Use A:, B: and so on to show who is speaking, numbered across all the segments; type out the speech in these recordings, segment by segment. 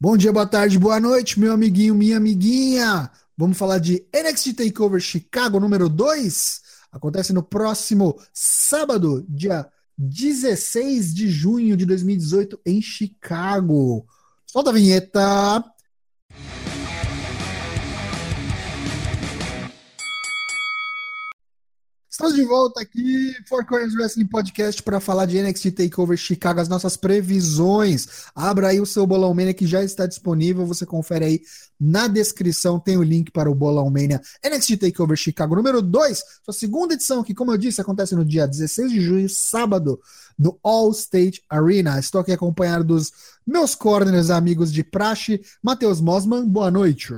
A: Bom dia, boa tarde, boa noite, meu amiguinho, minha amiguinha. Vamos falar de NXT Takeover Chicago número 2. Acontece no próximo sábado, dia 16 de junho de 2018, em Chicago. Solta a vinheta. Estamos de volta aqui, Four Corners Wrestling Podcast, para falar de NXT Takeover Chicago, as nossas previsões. Abra aí o seu Bolão Mania que já está disponível, você confere aí na descrição, tem o link para o Bolão Mania NXT Takeover Chicago número 2, sua segunda edição, que como eu disse, acontece no dia 16 de junho, sábado, no All State Arena. Estou aqui acompanhado dos meus corners amigos de praxe, Matheus Mosman, boa noite.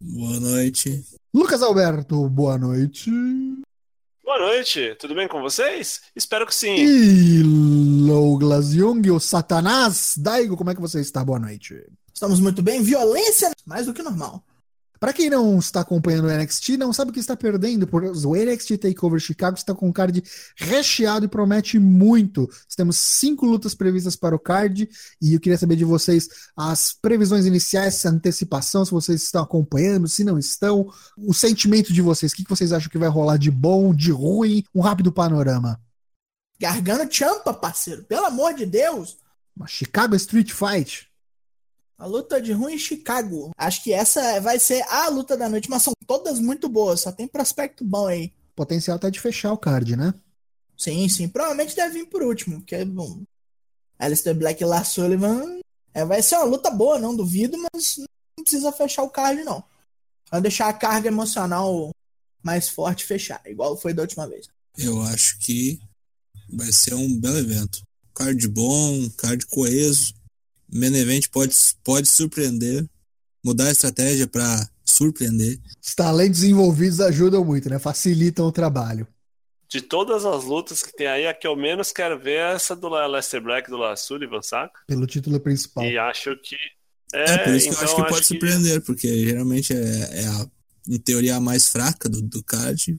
B: Boa noite.
A: Lucas Alberto, boa noite.
C: Boa noite, tudo bem com vocês? Espero que sim.
A: E Douglas Jung, o Satanás. Daigo, como é que você está? Boa noite.
B: Estamos muito bem. Violência mais do que normal.
A: Para quem não está acompanhando o NXT, não sabe o que está perdendo, porque o NXT Takeover Chicago está com um card recheado e promete muito. Temos cinco lutas previstas para o card e eu queria saber de vocês as previsões iniciais, essa antecipação, se vocês estão acompanhando, se não estão, o sentimento de vocês, o que vocês acham que vai rolar de bom, de ruim, um rápido panorama.
B: Gargano champa, parceiro. Pelo amor de Deus.
A: Uma Chicago Street Fight.
B: A luta de ruim em Chicago. Acho que essa vai ser a luta da noite, mas são todas muito boas. Só tem prospecto bom aí.
A: Potencial até de fechar o card, né?
B: Sim, sim. Provavelmente deve vir por último, que é bom. Alistair Black e La Sullivan. é, vai ser uma luta boa, não duvido, mas não precisa fechar o card, não. Vai deixar a carga emocional mais forte fechar, igual foi da última vez.
D: Eu acho que vai ser um belo evento. Card bom, card coeso. Main Event pode, pode surpreender, mudar a estratégia para surpreender.
A: Os talentos envolvidos ajudam muito, né? Facilitam o trabalho.
C: De todas as lutas que tem aí, a que eu menos quero ver é essa do Lester Black e do La Sullivan, saca?
A: Pelo título principal.
C: E acho que.
D: Tá. É, por isso que
C: então
D: eu acho que pode surpreender, porque geralmente é, é a, em teoria, a mais fraca do, do card.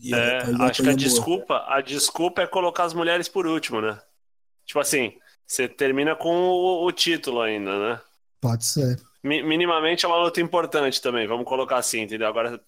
D: e
C: É,
D: ela faz uma
C: acho que a
D: né? coisa boa.
C: desculpa, a desculpa é colocar as mulheres por último, né? Tipo assim, você termina com o, o título ainda, né?
A: Pode ser.
C: Mi- minimamente é uma luta importante também, vamos colocar assim, entendeu? Agora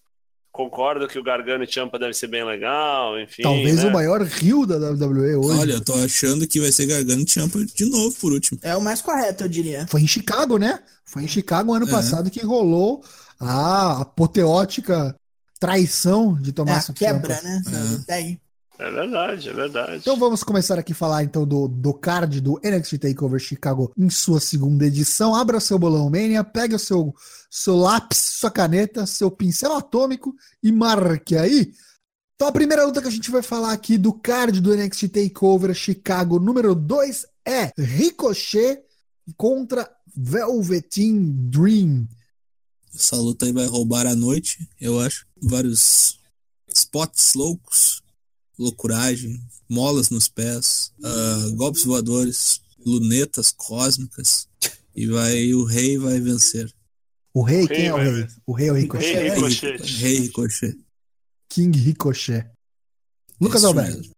C: concordo que o Gargano e Champa deve ser bem legal, enfim.
A: Talvez
C: né?
A: o maior rio da WWE hoje.
D: Olha, eu tô achando que vai ser Gargano e Champa de novo, por último.
B: É o mais correto, eu diria.
A: Foi em Chicago, né? Foi em Chicago ano
D: É.
A: passado que rolou a apoteótica traição de
B: É a
A: Tomás
B: quebra, né?
D: É.
B: Daí.
C: É verdade, é verdade.
A: Então vamos começar aqui a falar então do, do card do NXT Takeover Chicago em sua segunda edição. Abra seu Bolão Mania, pegue o seu, seu lápis, sua caneta, seu pincel atômico e marque aí. Então a primeira luta que a gente vai falar aqui do card do NXT Takeover Chicago número 2 é Ricochet contra Velveteen Dream.
D: Essa luta aí vai roubar a noite, eu acho. Vários spots loucos, loucuragem, molas nos pés, ah, golpes voadores, lunetas cósmicas. E vai o rei vai vencer.
A: O rei,
C: O rei
A: quem é o
C: vai
A: rei?
C: vencer.
A: O rei é o Ricochet.
C: Rei
B: Ricochet, né?
C: Ricochet.
D: Rei Ricochet. É
A: King Ricochet. Lucas
D: Isso
A: Alberto.
D: mesmo.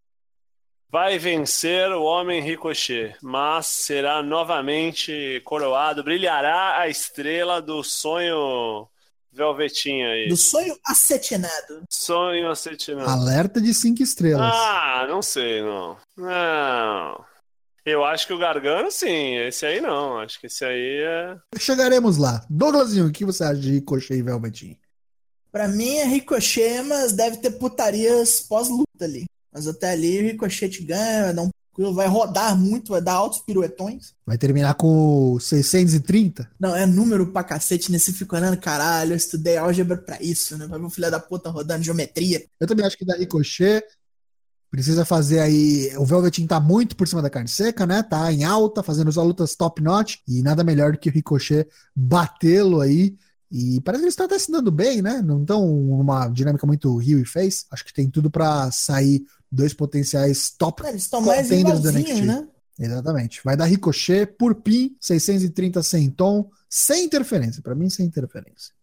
C: Vai vencer o homem Ricochet, mas será novamente coroado, brilhará a estrela do sonho Velvetinho aí.
B: Do sonho né? acetinado.
C: Sonho acetinado.
A: Alerta de cinco estrelas.
C: Ah, não sei, não. Não. Eu acho que o Gargano, sim. Esse aí não. Acho que esse aí é.
A: Chegaremos lá. Douglasinho, o que você acha de Ricochet e Velvetinho?
B: Pra mim é Ricochet, mas deve ter putarias pós-luta ali. Mas até ali o Ricochet te ganha, vai, dar um tranquilo, vai rodar muito, vai dar altos piruetões.
A: Vai terminar com o 630?
B: Não, é número pra cacete nesse fico olhando, caralho, eu estudei álgebra pra isso, né? Vai ver um filho da puta rodando geometria.
A: Eu também acho que da Ricochet precisa fazer aí. O Velvetinho tá muito por cima da carne seca, né? Tá em alta, fazendo as lutas top notch. E nada melhor do que o Ricochet batê-lo aí. E parece que eles estão até se dando bem, né? Não estão numa dinâmica muito Rio e Face. Acho que tem tudo pra sair dois potenciais top
B: Eles estão mais
A: Contenders do
B: igualzinhos,
A: NXT.
B: né?
A: Exatamente. Vai dar Ricochet por PIN, 630 sem tom, sem interferência. Pra mim, sem interferência.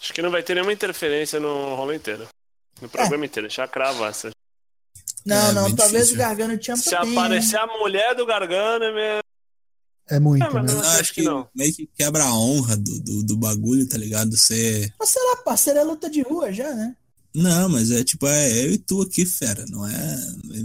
C: Acho que não vai ter nenhuma interferência no rolo inteiro. No programa inteiro. Já cravo essa.
B: Não,
D: É,
B: não,
D: bem
B: talvez
D: difícil. né?
B: o Gargano tinha
C: Se aparecer a mulher do Gargano, meu.
A: É muito,
C: É, mas
A: né?
C: não-
D: Eu acho que
C: não.
D: meio que quebra a honra do, do, do bagulho, tá ligado? Você.
B: Mas será, parceiro, é luta de rua já, né?
D: Não, mas é tipo, é eu e tu aqui, fera, não é.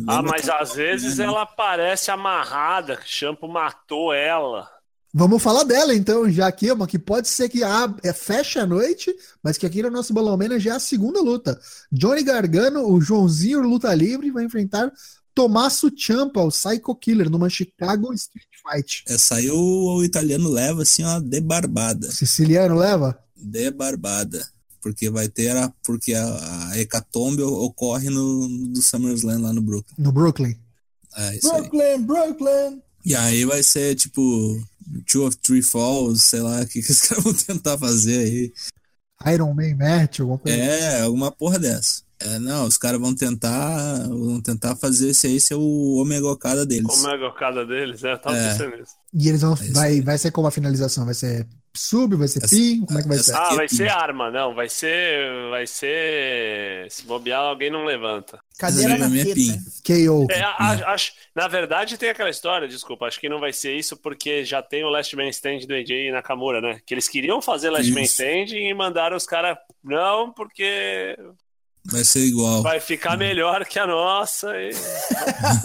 C: Ah, mas às vezes
D: né?
C: ela aparece amarrada, que Shampoo matou ela.
A: Vamos falar dela então, já aqui, uma que pode ser que a, é, feche a noite, mas que aqui no nosso Bolão Mena já é a segunda luta. Johnny Gargano, o Joãozinho Luta Livre, vai enfrentar Tommaso Ciampa, o Psycho Killer, numa Chicago Street Fight.
D: É, saiu o italiano leva assim, ó, debarbada.
A: Siciliano leva?
D: Debarbada. Porque vai ter a. Porque a, a hecatombe o- ocorre no, do SummerSlam lá no Brooklyn.
A: No Brooklyn.
D: É isso aí.
B: Brooklyn, Brooklyn.
D: E aí vai ser tipo. Two of Three Falls, sei lá, o que, que os caras vão tentar fazer aí.
A: Iron Man Match, alguma coisa. assim.
D: É, alguma porra dessa. É, não, os caras vão tentar. Vão tentar fazer esse aí ser o Omega Okada deles.
C: Como é a gocada deles? É, eu tava
D: É.
C: pensando nisso.
A: E eles vão.
D: isso
A: vai,
D: aí.
A: vai ser como a finalização? Vai ser sub, vai ser
D: Essa-
A: pin? Como é que vai
D: essa-
A: ser?
C: Ah,
D: Aqui é
C: vai
D: tudo.
C: ser arma, não. Vai ser. Vai ser. Se bobear, alguém não levanta.
B: Cadeira na
D: Pra mim é
B: fita.
D: pin.
A: KO.
C: É, a- a- acho- na verdade, tem aquela história, desculpa, acho que não vai ser isso, porque já tem o Last Man Stand do AJ e Nakamura, né? Que eles queriam fazer Last Man
D: Isso.
C: Stand e mandaram os caras. Não, porque
D: Vai ser igual.
C: vai ficar melhor que a nossa. E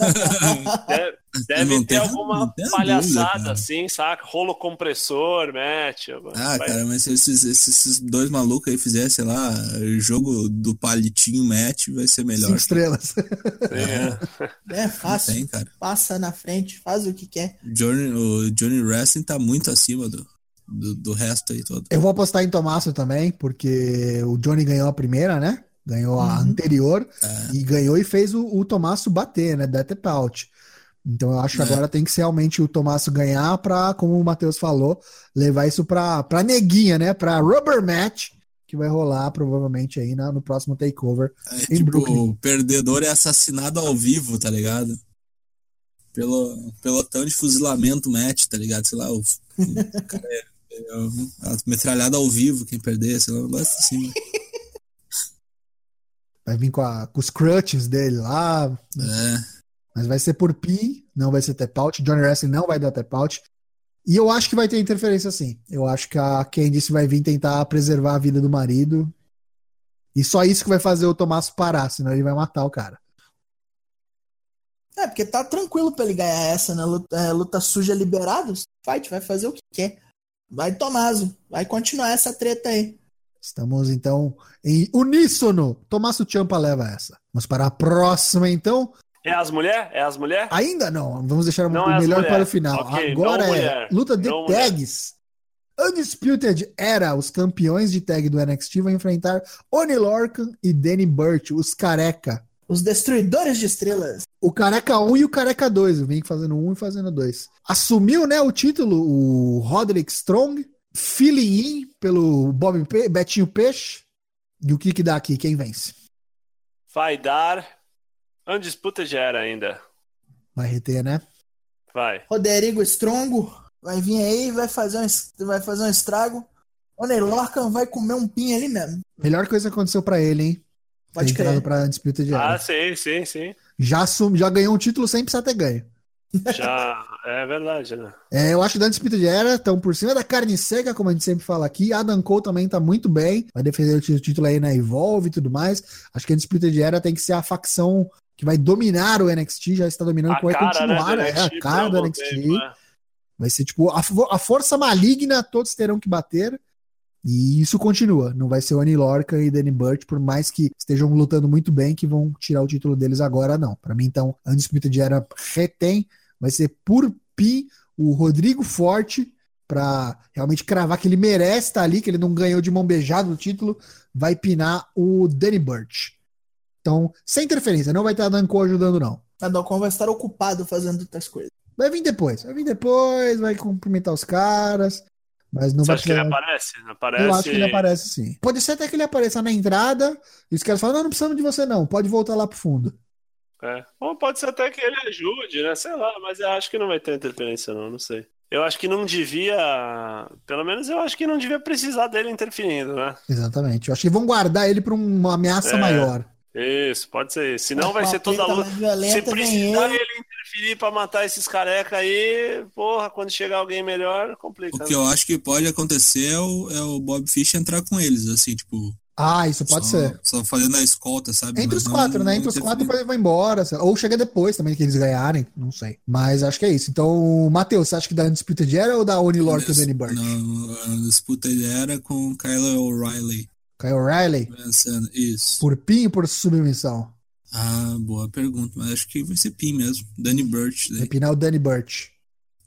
C: deve deve
D: Não
C: ter
D: tem- não
C: alguma
D: tem dúvida, né,
C: palhaçada
D: cara.
C: assim, saca? Rolo compressor, match.
D: Ah,
C: vai-
D: cara, mas se esses, esses dois malucos aí fizessem lá o jogo do palitinho match, vai ser
A: Cinco
D: melhor.
A: estrelas.
C: é.
B: É
D: Não
B: fácil.
D: tem, cara.
B: Passa na frente, faz o que quer.
D: Johnny, o Johnny Wrestling tá muito acima do, do, do resto aí todo.
A: Eu vou apostar em Tommaso também, porque o Johnny ganhou a primeira, né? Ganhou a
B: Uhum.
A: anterior
D: É.
A: e ganhou e fez o, o Tommaso bater, né? Death Out. Então eu acho que
D: É.
A: agora tem que ser realmente o Tommaso ganhar pra, como o Matheus falou, levar isso pra, pra neguinha, né? Pra rubber match, que vai rolar provavelmente aí na- no próximo takeover.
D: É,
A: Em
D: tipo,
A: Brooklyn.
D: o perdedor é assassinado ao vivo, tá ligado? Pelo pelotão de fuzilamento match, tá ligado? Sei lá, o, o cara é, é um- é uma metralhada ao vivo, quem perder, sei lá, um negócio assim.
A: Vai vir com, a- com os crutches dele lá,
D: É.
A: Mas vai ser por PIN, não vai ser tap out. Johnny Wrestling não vai dar tap out. E eu acho que vai ter interferência sim. Eu acho que a Candice vai vir tentar preservar a vida do marido. E só isso que vai fazer o Tomás parar, senão ele vai matar o cara.
B: É, porque tá tranquilo pra ele ganhar essa, né? Luta, é, luta suja liberado, fight, vai fazer o que quer. Vai Tomazo, vai continuar essa treta aí.
A: Estamos então em uníssono. Tomás Champa leva essa. Vamos para a próxima então.
C: É as mulheres? É as mulheres?
A: Ainda não, vamos deixar
C: Não
A: o
C: é as
A: melhor
C: mulheres.
A: para o final.
C: Ok,
A: Agora
C: não
A: é
C: mulher.
A: luta de
C: Não mulher.
A: tags. Undisputed Era, os campeões de tag do NXT vão enfrentar Oni Lorcan e Danny Burch, os careca.
B: Os destruidores de estrelas.
A: O careca 1 e o careca 2, o Vink fazendo um e fazendo dois. Assumiu, né, o título o Roderick Strong, filling in pelo Bob Pe Betinho Peixe. E o que que dá aqui? Quem vence?
C: Vai dar. Undisputa já era ainda.
A: Vai reter, né?
C: Vai.
B: Roderigo Strongo vai vir aí, vai fazer um, es- vai fazer um estrago. O Ney Lorcan vai comer um pin ali mesmo.
A: Melhor coisa que aconteceu pra ele, hein?
B: Pode
A: Ter entrado
B: crer.
A: pra Undisputed Era.
C: Ah, sim, sim, sim.
A: Já, assum- já ganhou um título sem precisar ter ganho.
C: Já. É verdade, né?
A: É, eu acho que Dante Speed era, estão por cima da carne seca, como a gente sempre fala aqui. Adam Cole também tá muito bem, vai defender o tí- título aí na Evolve e tudo mais. Acho que a Disputed Era tem que ser a facção que vai dominar o NXT, já está dominando, que vai continuar,
C: né, do
A: é,
C: NXT
A: a cara
C: por
A: do
C: algum
A: NXT.
C: tempo, né?
A: Vai ser tipo a, fo- a força maligna, todos terão que bater. E isso continua. Não vai ser o Annie Lorca e Danny Burch, por mais que estejam lutando muito bem, que vão tirar o título deles agora, não. Pra mim, então, Undisputed Era retém. Vai ser por pin o Rodrigo Forte pra realmente cravar que ele merece estar ali, que ele não ganhou de mão beijada o título. Vai pinar o Danny Burch. Então, sem interferência, não vai ter a Danco ajudando, não.
B: A Docon vai estar ocupado fazendo outras coisas.
A: Vai vir depois, vai vir depois, vai cumprimentar os caras, mas não
C: Você
A: vai
C: acha que ele
A: precisar-
C: aparece? aparece?
A: Eu acho que ele aparece sim. Pode ser até que ele apareça na entrada e os caras falam: não, não precisamos de você não, pode voltar lá pro fundo.
C: É. Ou pode ser até que ele ajude, né? Sei lá, mas eu acho que não vai ter interferência, não, não sei. Eu acho que não devia. Pelo menos eu acho que não devia precisar dele interferindo, né?
A: Exatamente. Eu acho que vão guardar ele pra uma ameaça
C: É.
A: maior.
C: Isso, pode ser. isso. Senão
B: Mas
C: vai
B: com a
C: ser toda
B: treta
C: luta.
B: mais
C: Se
B: violenta, vem
C: precisar
B: ele.
C: ele interferir pra matar esses careca aí, porra, quando chegar alguém melhor, complica. né?
D: O que eu acho que pode acontecer é o, é o Bob Fish entrar com eles, assim, tipo.
A: Ah, isso pode
D: só,
A: ser.
D: Só fazendo a escolta, sabe?
A: Entre
D: Mas
A: os
D: não-
A: quatro, né?
D: não
A: Entre os quatro
D: interferir.
A: vai, vai embora. sei lá. Ou chega depois também que eles ganharem. Não sei. Mas acho que é isso. Então, Matheus, você acha que da Undisputed Era ou da Unilore que o Danny Burke?
D: Não, a disputa ele era com Kyla O'Reilly.
A: Kyle O'Reilly?
D: Vencendo. Isso.
A: Por PIN ou por submissão?
D: Ah, boa pergunta, mas acho que vai ser PIN mesmo. Danny Burch, né? É
A: Repinar o Danny Burch.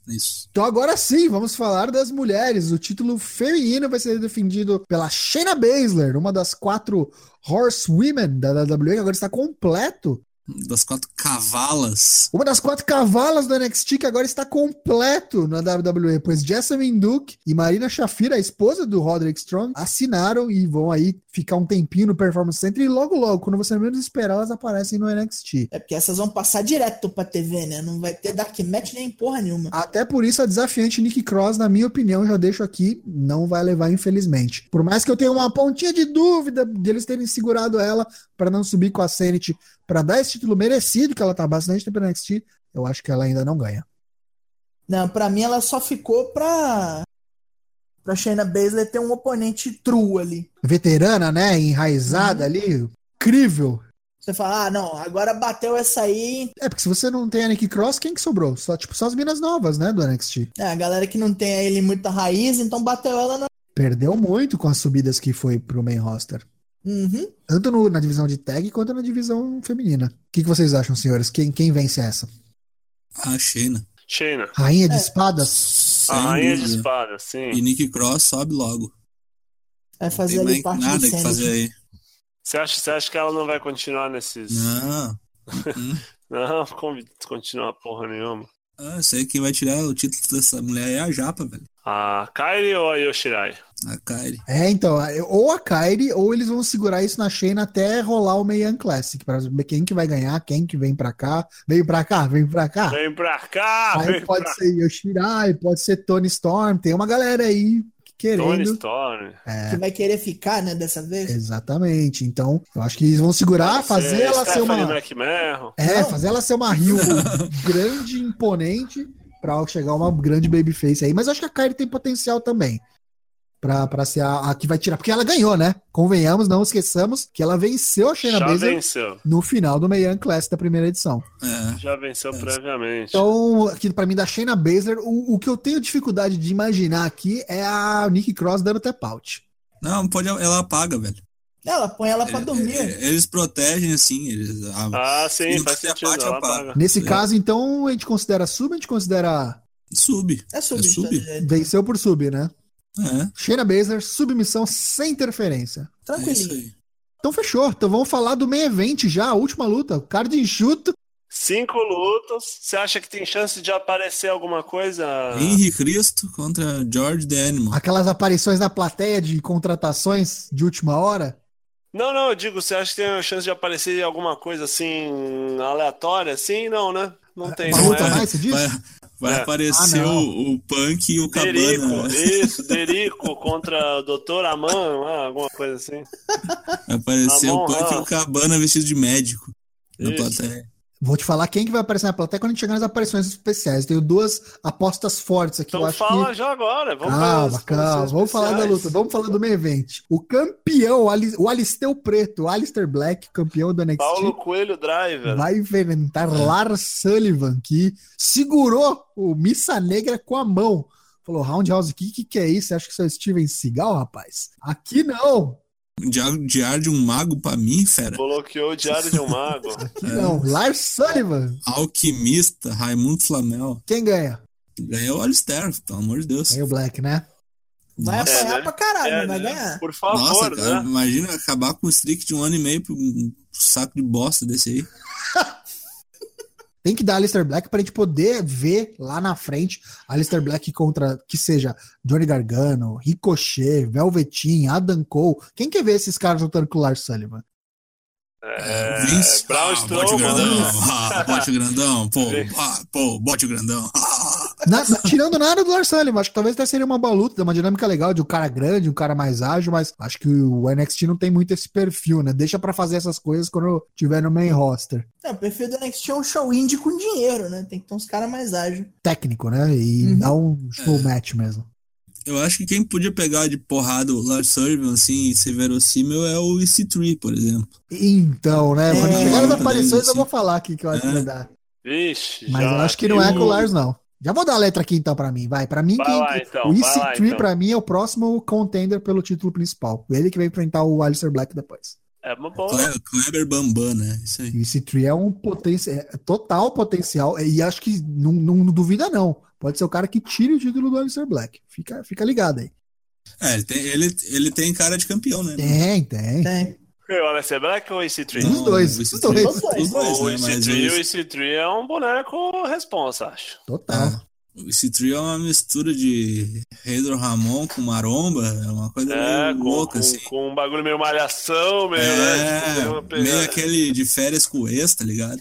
D: Isso.
A: Então agora sim, vamos falar das mulheres. O título feminino vai ser defendido pela Shayna Baszler, uma das quatro horsewomen da WWE, que agora está completo.
D: Das quatro cavalas.
A: Uma das quatro cavalas do NXT que agora está completo na WWE, pois Jessamine Duke e Marina Shafira, a esposa do Roderick Strong, assinaram e vão aí ficar um tempinho no Performance Center e logo logo, quando você menos esperar, elas aparecem no NXT.
B: É porque essas vão passar direto pra TV, né? Não vai ter Dark Match nem porra nenhuma.
A: Até por isso, a desafiante Nick Cross, na minha opinião, já deixo aqui, não vai levar, infelizmente. Por mais que eu tenha uma pontinha de dúvida deles terem segurado ela para não subir com a Sanity, para dar esse título merecido, que ela tá bastante tempo no NXT, eu acho que ela ainda não ganha.
B: Não, pra mim ela só ficou pra. Pra Shayna Baszler ter um oponente true ali.
A: Veterana, né? Enraizada ali, incrível.
B: Você fala, ah, não, agora bateu essa aí.
A: É, porque se você não tem a Nick Cross, quem que sobrou? Só, tipo, só as minas novas, né, do NXT.
B: É, a galera que não tem ele muita raiz, então bateu ela no.
A: Perdeu muito com as subidas que foi pro main roster.
B: Uhum.
A: Tanto no- na divisão de tag quanto na divisão feminina. O que, que vocês acham, senhores? Quem, quem vence essa?
D: A Shayna.
C: China.
A: Rainha de
B: Ah,
A: espadas?
D: Sem
C: A rainha de
D: dúvida.
C: espada, sim.
D: E Nick Cross sobe logo.
B: Vai
D: Não
B: fazer
D: tem
B: ali
D: mais
B: parte
D: nada
B: do
D: que
B: Sanity.
D: fazer aí.
C: Você acha, você acha que ela não vai continuar nesses.
D: Não.
C: Não, con- continuar porra nenhuma.
D: Ah, eu sei quem vai tirar o título dessa mulher é a Japa, velho.
C: A Kairi ou a Yoshirai?
D: A Kairi.
A: É, então, ou a Kairi, ou eles vão segurar isso na Shayna até rolar o Meian Classic, pra ver quem que vai ganhar, quem que vem pra cá, vem pra cá, vem pra cá.
C: Vem pra cá!
A: aí
C: vem
A: pode
C: pra...
A: ser Yoshirai, pode ser Tony Storm, tem uma galera aí
C: Tony
A: querendo.
C: Storm.
B: Que vai querer ficar, né, dessa vez.
A: Exatamente, então, eu acho que eles vão segurar, fazer ela ser
C: Stephanie
A: uma...
C: McMahon.
A: É,
B: Não.
A: fazer ela ser uma Rio grande, imponente, pra chegar uma grande babyface aí. Mas eu acho que a Kairi tem potencial também. Pra, pra ser a, a que vai tirar. Porque ela ganhou, né? Convenhamos, não esqueçamos que ela venceu a Shayna
C: Já
A: Baszler
C: venceu.
A: no final do Mayan Class da primeira edição.
D: É.
C: Já venceu previamente.
A: Então, aqui pra mim, da Shayna Baszler, o, o que eu tenho dificuldade de imaginar aqui é a Nikki Cross dando tap out.
D: Não, pode, ela apaga, velho.
B: Ela põe ela pra
D: É,
B: dormir. né?
D: é, Eles protegem, assim. Eles, a-
C: Ah, sim,
D: Sim,
C: faz
D: se a
C: sentido.
D: parte
C: Ela
D: apaga.
C: paga.
A: Nesse
D: É.
A: caso, então, a gente considera sub, a gente considera
C: Ah.
D: Sube.
B: É sub,
D: É
B: de todo
D: sub?
B: jeito.
A: venceu por sub, né?
D: É.
A: Shayna Baszler, submissão sem interferência.
D: É isso
B: Tranquilinho.
D: aí.
A: Então fechou. Então vamos falar do meio evento já, a última luta. Card enxuto.
C: Cinco lutas. Você acha que tem chance de aparecer alguma coisa?
D: Henry Cristo contra George The Animal.
A: Aquelas aparições na plateia de contratações de última hora.
C: Não, não, eu digo, você acha que tem uma chance de aparecer alguma coisa assim, aleatória? Sim, não, né? Não tem,
A: Uma
C: não
A: luta
C: é?
A: mais, você diz?
D: Vai, vai
C: É.
D: aparecer
A: Ah, não.
D: o, o Punk e o
C: Derico,
D: Cabana. né?
C: isso, Derico contra o Dr. Aman, lá, alguma coisa assim.
D: Vai aparecer
C: Ramon
D: o Punk e
C: Ra.
D: o Cabana vestido de médico. Na
C: Isso.
D: plateia.
A: Vou te falar quem que vai aparecer na plateia quando a gente chegar nas aparições especiais. Tenho duas apostas fortes aqui. eu
C: Então
A: acho
C: fala
A: que...
C: já agora. Vamos
A: Calma,
C: para as
A: calma.
C: posições
A: Vamos falar da
C: especiais.
A: luta. Vamos falar do meio evento. O campeão, o Ali- o Alisteu Preto, o Alistair Black, campeão do NXT.
C: Paulo Coelho Driver.
A: Vai enfrentar Lars Sullivan, que segurou o Missa Negra com a mão. Falou, Roundhouse, o que, que que é isso? Você acha que isso é o Steven Seagal, rapaz? Aqui não,
D: Diário, diário de um mago pra mim, fera. É.
C: Bloqueou o Diário de um Mago.
A: aqui não. Lars Sullivan,
D: Alquimista, Raimundo Flamel.
A: quem ganha?
D: Ganhou o Alistair, pelo amor de Deus.
A: É o Black, né?
B: Vai
D: Nossa,
B: apanhar
C: né?
B: pra
A: Ah,
B: caralho,
C: É,
B: mas vai
C: né?
B: ganhar.
C: Por favor,
D: nossa, cara,
C: né?
D: imagina acabar com um streak de um ano e meio pro um saco de bosta desse aí.
A: Tem que dar Alistair Black pra gente poder ver lá na frente Alistair Black contra, que seja Johnny Gargano, Ricochet, Velvetin, Adam Cole. Quem quer ver esses caras lutando com o Lars Sullivan?
C: É,
D: Vince,
C: Braun
D: ah, bote
C: Strowman. né?
D: grandão, ah, bote grandão, pô,
C: Vince.
D: ah, pô, bote grandão. Ah,
A: Na- na- tirando nada do Lars Sullivan, acho que talvez até seria uma baluta, uma dinâmica legal de um cara grande, um cara mais ágil, mas acho que o NXT não tem muito esse perfil, né? Deixa pra fazer essas coisas quando tiver no main roster.
B: É, o perfil do NXT é um show indie com dinheiro, né? Tem que ter uns caras mais ágeis.
A: Técnico, né? E
B: Uhum.
A: dá um
C: É.
A: show match mesmo.
D: Eu acho que quem podia pegar de porrada o Lars Sullivan, assim, e ser verossímil é o EC3, por exemplo.
A: Então, né? Quando
B: É,
A: chegar as
D: também,
A: aparições, eu
D: sim.
A: vou falar aqui que eu acho que vai dar.
C: Vixe,
A: Mas
C: É. já
A: eu acho que não é
C: viu?
A: com o Lars, não. Já vou dar a letra aqui então pra mim, vai. Pra mim,
C: Vai
A: quem-
C: lá, então,
A: o
C: vai lá,
A: EC3
C: então.
A: pra mim é o próximo contender pelo título principal. Ele que vai enfrentar o Alistair Black depois.
C: É uma boa.
D: Cle- Kleber Bambam, né? Isso aí.
A: E esse Tree é um potencial, total potencial, é, e acho que não, não, não duvida não. Pode ser o cara que tire o título do Alistair Black. Fica, fica ligado aí.
D: É, ele tem, ele, ele tem cara de campeão, né? Então,
A: Tem, tem.
B: Tem.
C: O Alistair Black ou o EC3?
A: Os dois,
D: o
A: os
D: EC3
A: dois.
D: os dois,
B: Os
C: Bom, O
D: né? Mas o,
C: EC3 o EC3 é um boneco responsa, acho.
A: Total.
D: é, o EC3 é uma mistura de Pedro Ramon com Maromba, é uma coisa
C: É, com,
D: meio louca,
C: com-
D: assim.
C: com um bagulho meio malhação, meio, né? Tipo, tem
D: É,
C: uma
D: meio
C: pegada.
D: aquele de férias com o ex, tá ligado?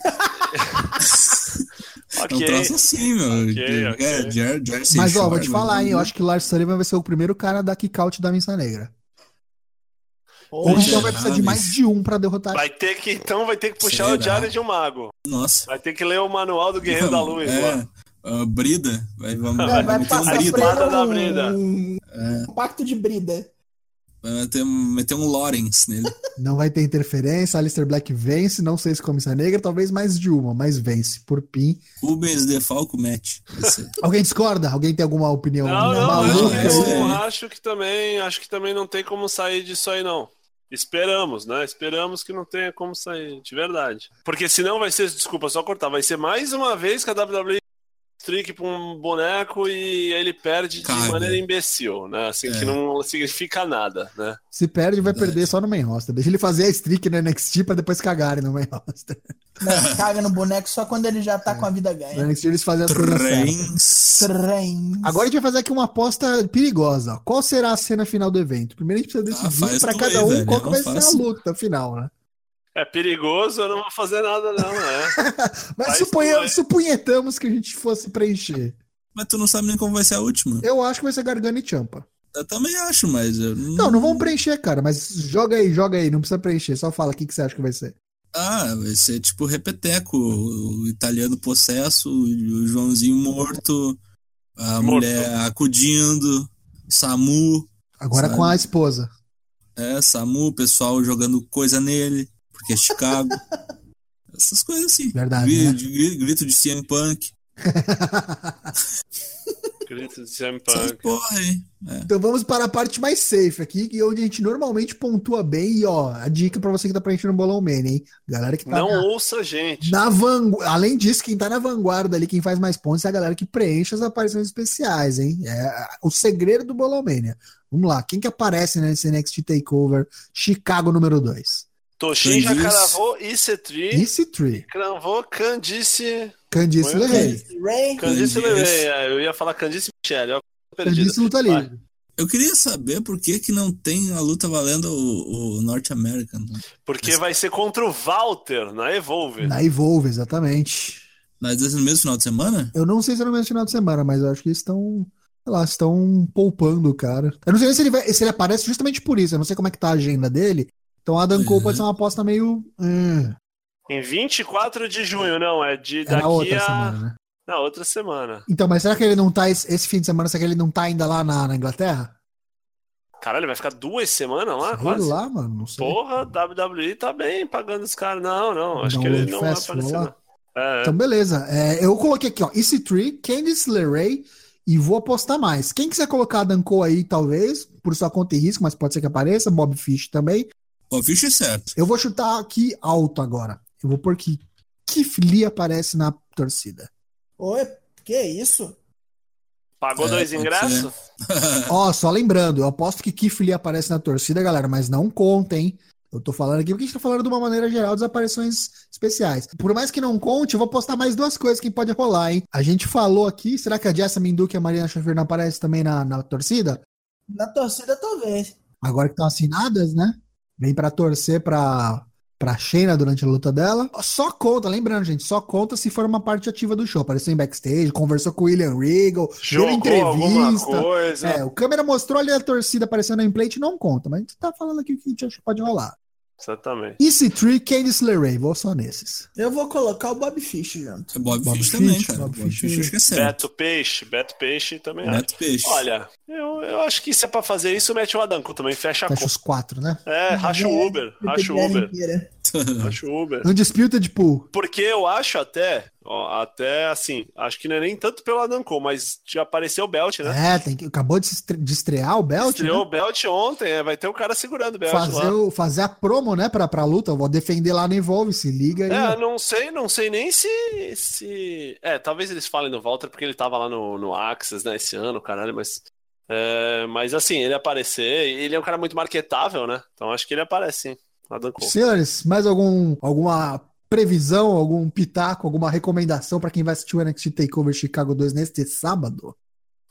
D: É um
C: Ok.
D: troço assim, meu.
C: Ok,
D: É,
C: ok.
D: Jer- Jersey
A: Mas ó,
D: Shore, né?
A: vou te
D: mas-
A: falar, hein, eu acho que o Lars Sullivan vai ser o primeiro cara da kick-out da Missa Negra. Ou
B: Porra.
A: então vai precisar de
D: mas-
A: mais de um pra derrotar.
C: Vai ter que, então, vai ter que puxar
D: Será?
C: o diário de um mago.
D: Nossa.
C: Vai ter que ler o manual do Guerreiro da Luz lá.
D: É, ah, Brida. Vai, vamos,
B: Vai, vai
D: vamos ter um
C: A
B: passar
D: Brida.
B: pra
C: espada da
B: ele
C: Brida.
B: um,
D: É.
B: um pacto de Brida.
D: Vai ter um- meter um Lawrence nele.
A: Não vai ter interferência, Alistair Black vence, não sei se com a Missa Negra, talvez mais de uma, mas vence por pin.
D: Rubens Defalco match. Vai ser.
A: Alguém discorda? Alguém tem alguma opinião
C: Não, não,
A: maluca?
C: acho que, é
D: esse
A: aí?
C: eu,
D: aí.
C: acho que também, acho que também não tem como sair disso aí não. Esperamos, né? Esperamos que não tenha como sair, de verdade. Porque senão vai ser, desculpa, só cortar, vai ser mais uma vez que a WWE trick pra um boneco e ele perde de
D: Cara.
C: maneira imbecil, né? Assim,
D: É.
C: que não significa nada, né?
A: Se perde, vai
D: Verdade.
A: perder só no main roster. Deixa ele fazer a streak no NXT pra depois cagarem no main roster.
B: Não, caga no boneco só quando ele já tá com a vida ganha.
A: No NXT eles fazem as coisas certas.
D: Trens.
B: Trem.
A: Agora a gente vai fazer aqui uma aposta perigosa. ó. Qual será a cena final do evento? Primeiro a gente precisa
D: Ah,
A: decidir
D: faz
A: pra
D: tu
A: cada
D: aí,
A: um
D: velho.
A: qual que
D: Não
A: vai
D: faz
A: ser a
D: tu.
A: luta final, né?
C: É perigoso, eu não vou fazer nada não, né?
A: Mas
C: Faz tu
A: suponha-
C: aí.
A: supunhetamos que a gente fosse preencher.
D: Mas tu não sabe nem como vai ser a última.
A: Eu acho que vai ser Gargano e Champa.
D: Eu também acho, mas. Eu...
A: Não, não
D: Hum.
A: vamos preencher, cara, mas joga aí, joga aí, não precisa preencher, só fala o que, que você acha que vai ser.
D: Ah, vai ser tipo repeteco. O italiano possesso, o Joãozinho morto,
C: Morto.
D: a mulher acudindo, Samu.
A: Agora
D: Sabe.
A: com a esposa.
D: É, Samu, o pessoal jogando coisa nele, porque é Chicago. Essas coisas assim.
A: Verdade,
D: Gri-
A: né?
D: gri- Grito, de CM Punk.
C: Grito de CM
D: Essas
C: Punk.
D: porra aí. É.
A: Então vamos para a parte mais safe aqui, que é onde a gente normalmente pontua bem. E ó, a dica pra você que tá preenchendo o Bolão Man, hein? Galera que tá
C: Não
A: na,
C: ouça a gente.
A: na vanguarda. Além disso, quem tá na vanguarda ali, quem faz mais pontos é a galera que preenche as aparições especiais, hein? É a- o segredo do Bolão Mania. Vamos lá, quem que aparece nesse NXT Takeover Chicago número 2?
C: Toshin já
D: Candice.
C: cravou IC3,
A: Esse Tree,
C: cravou Candice
A: Candice
C: Foi o
A: LeRae,
B: Ray.
C: Candice
D: Candice.
C: Levei, é, eu ia falar Candice Michelle, ó, perdido.
A: Candice tá Luta
C: Vai.
A: Livre.
D: Eu queria saber por que, que não tem a luta valendo o, o North American. né?
C: Porque vai ser contra o Walter na Evolve.
A: Na Evolve, exatamente.
D: Mas esse mesmo final de semana?
A: Eu não sei se é no mesmo final de semana, mas eu acho que eles estão, sei lá, estão poupando o cara. Eu não sei nem se ele, vai- se ele aparece justamente por isso. Eu não sei como é que tá a agenda dele. Então a Dan Cole
D: Uhum.
A: pode ser uma aposta meio. hum,
C: Em 24 de junho, não, é de
A: é na
C: daqui
A: outra
C: a.
A: semana, né?
C: Na outra semana.
A: Então, mas será que ele não tá esse, esse fim de semana? Será que ele não tá ainda lá na, na Inglaterra?
C: Caralho, vai ficar duas semanas lá?
A: Sei
C: Quase?
A: lá, mano, não sei.
C: Porra, WWE tá bem pagando os caras. Não, não, acho
A: Não,
C: que ele
A: World
C: não vai
A: Fest,
C: aparecer.
A: vamos
C: Não. É,
A: Então, beleza. É, eu coloquei aqui, ó, EC3, Candice LeRae e vou apostar mais. Quem quiser colocar a Dan Cole aí, talvez, por sua conta e risco, mas pode ser que apareça, Bob Fish também.
D: O Fish é certo.
A: Eu vou chutar aqui alto agora. Eu vou pôr que Keith Lee aparece na torcida.
B: Oi, que isso?
C: pagou
D: É,
C: dois
A: né?
D: pode
C: ingressos?
A: Ó, só lembrando, eu aposto que Keith Lee aparece na torcida, galera, mas não conta, hein? Eu tô falando aqui porque a gente tá falando de uma maneira geral das aparições especiais. Por mais que não conte, eu vou postar mais duas coisas que pode rolar, hein? A gente falou aqui, será que a Jessamine Duke e a Mariana Xavier não aparecem também na, na torcida?
B: Na torcida, talvez.
A: Agora que estão assinadas, né? Vem pra torcer pra, pra pra Shayna durante a luta dela. Só conta, lembrando, gente, só conta se for uma parte ativa do show. Apareceu em backstage, conversou com o William Regal, deu
C: Jogou alguma
A: entrevista.
C: coisa.
A: É, o câmera mostrou ali a torcida aparecendo em plate, não conta, mas a gente tá falando aqui o que a gente acha que pode rolar.
C: Exatamente.
A: EC Tree, Candice LeRae, vou só nesses.
B: Eu vou colocar o Bob Fish junto.
D: É Bob,
A: Bob
D: Fish,
A: Fish,
D: também, cara.
A: Bob
D: Bob
A: Fish.
D: Fish, acho que é sério.
C: Beto Peixe, Beto Peixe também. acho.
D: Beto Peixe.
C: Olha, eu, eu acho que se é pra fazer isso, mete o Adanco também, fecha a
A: Fecha
C: conta.
A: os quatro, né?
C: É, racha o Uber, racha
B: é
C: o Uber, racha o Uber.
A: Undisputed Um Pool.
C: Porque eu acho até, ó, até assim, acho que não é nem tanto pelo Adanco, mas já apareceu o Belt, né?
A: É, tem que, acabou de, se estre- de estrear o Belt, né?
C: Estreou o Belt ontem, é, vai ter o cara segurando o Belt
A: fazer,
C: lá.
A: o- fazer a promo, né, pra, pra luta. Eu vou defender lá no Envolve, se liga aí.
C: É, não sei, não sei nem se, se. É, talvez eles falem do Walter porque ele tava lá no, no Axis, né, esse ano, caralho, mas. é, mas assim, ele aparecer, ele é um cara muito marketável, né? Então acho que ele aparece, sim. Adanco.
A: Senhores, mais algum, alguma previsão, algum pitaco, alguma recomendação pra quem vai assistir o NXT TakeOver Chicago 2 neste sábado?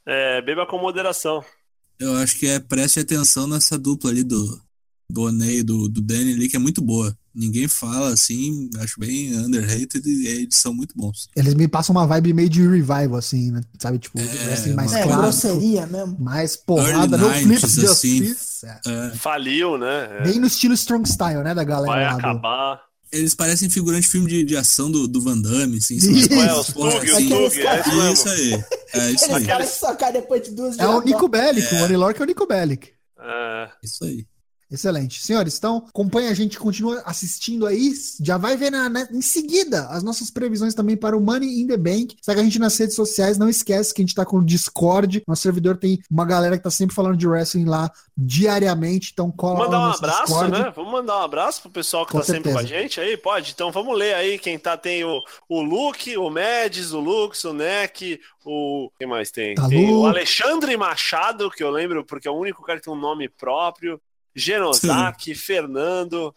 C: É, beba com moderação.
D: Eu acho que é preste atenção nessa dupla ali do, do Oney e do, do Danny ali, que é muito boa. Ninguém fala assim, acho bem underrated e é, eles são muito bons.
A: Eles me passam uma vibe meio de revival, assim, né? Sabe, tipo,
D: É,
A: wrestling mais
D: uma-
B: É,
A: claro,
B: grosseria mesmo.
A: mais porrada, no
D: Early
A: flips
D: 90s,
A: de
D: assim.
A: justiça.
D: É,
C: Faliu, né? É,
A: Bem no estilo Strong Style, né, da
C: vai
A: galera lá do...
C: acabar.
D: eles parecem figurantes de filme de, de ação do, do Van Damme, assim. são
A: Isso.
D: umas
C: Ué, os
D: porra,
C: Tug,
D: assim.
C: os Tug, é isso mesmo.
D: Isso aí. É isso
B: Aqueles
D: aí.
B: caras que só caem depois de duas
A: É o
B: jogadas.
A: Nico Bellic, o Oni Lorca é o Nico Bellic.
C: É.
D: Isso aí.
A: Excelente. Senhores, então acompanha a gente, continua assistindo aí. Já vai ver na, na- em seguida as nossas previsões também para o Money in the Bank. Segue a gente nas redes sociais. Não esquece que a gente tá com o Discord. Nosso servidor tem uma galera que tá sempre falando de wrestling lá diariamente. Então cola lá
C: Mandar
A: no
C: um
A: nosso
C: abraço,
A: Discord.
C: né? Vamos mandar um abraço pro pessoal que
A: Com
C: tá sempre com a
A: certeza.
C: gente aí, pode? Então vamos ler aí quem tá, tem o, o Luke, o Medes, o Lux, o Neck, o... quem mais tem?
A: Tá
C: tem o
A: louco.
C: Alexandre Machado, que eu lembro porque é o único cara que tem um nome próprio, Genosaki, Fernando,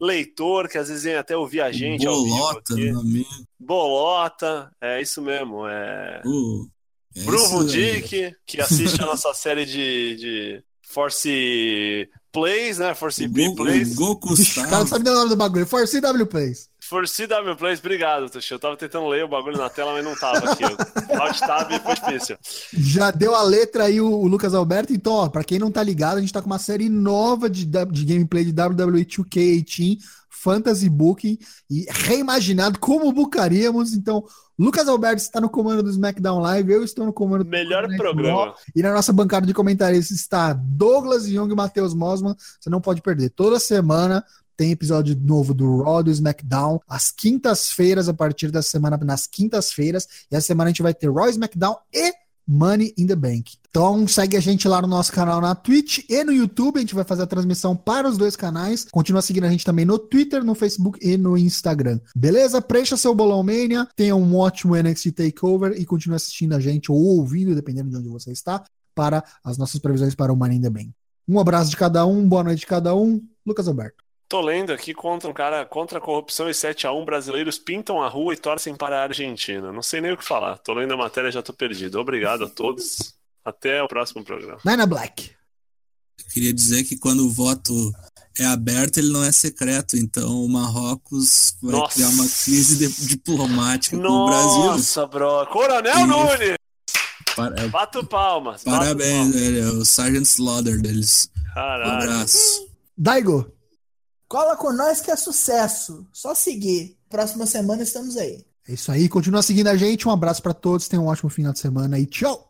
C: Leitor, que às vezes vem até ouvir a gente ao vivo
D: Bolota,
C: aqui.
A: né?
D: meu amigo.
C: Bolota, é isso mesmo, é...
D: É
C: Bruno
D: isso aí.
C: Dick, que assiste a nossa série de, de Force Plays, né? Force B
D: Go-
C: Plays.
D: o Goku
A: Ixi, o cara não
D: Star.
A: sabe nem o nome do bagulho. Force CW Plays.
C: Force W Plays, obrigado, Tuxi. Eu tava tentando ler o bagulho na tela, mas não tava aqui. Alt Tab foi difícil.
A: Já deu a letra aí o, o Lucas Alberto. Então, ó, pra quem não tá ligado, a gente tá com uma série nova de, da- de gameplay de WWE 2K18, Fantasy Booking, e reimaginado como bucaríamos. Então, Lucas Alberto está no comando do SmackDown Live, eu estou no comando do
C: Melhor
A: Monday Night Raw,
C: programa.
A: E na nossa bancada de comentaristas está Douglas Young e Matheus Mosman. Você não pode perder. Toda semana tem episódio novo do Raw, do SmackDown, às quintas-feiras, a partir da semana, nas quintas-feiras. E essa semana a gente vai ter Raw, SmackDown e Money in the Bank. Então segue a gente lá no nosso canal na Twitch e no YouTube. A gente vai fazer a transmissão para os dois canais. Continua seguindo a gente também no Twitter, no Facebook e no Instagram. Beleza? Preencha seu Bolão Mania. Tenha um ótimo NXT Takeover e continue assistindo a gente ou ouvindo, dependendo de onde você está, para as nossas previsões para o Money in the Bank. Um abraço de cada um, boa noite de cada um. Lucas Alberto.
C: Tô lendo aqui contra um cara contra a corrupção e 7x1 brasileiros pintam a rua e torcem para a Argentina. Não sei nem o que falar. Tô lendo a matéria já tô perdido. Obrigado a todos. Até o próximo programa.
A: Nina Black.
D: Queria dizer que quando o voto é aberto, ele não é secreto. Então o Marrocos vai
C: Nossa.
D: criar uma crise de- diplomática com o Brasil.
C: Nossa, bro. Coronel
D: Isso.
C: Nunes!
D: Par- é,
C: Bato palmas. bato
D: Parabéns,
C: palmas.
D: velho. É O Sargent Slaughter deles. Um
C: Caralho.
D: abraço.
A: Daigo.
B: Cola com nós que é sucesso. Só seguir. Próxima semana estamos aí.
A: É isso aí. Continua seguindo a gente. Um abraço para todos. Tenha um ótimo final de semana e tchau.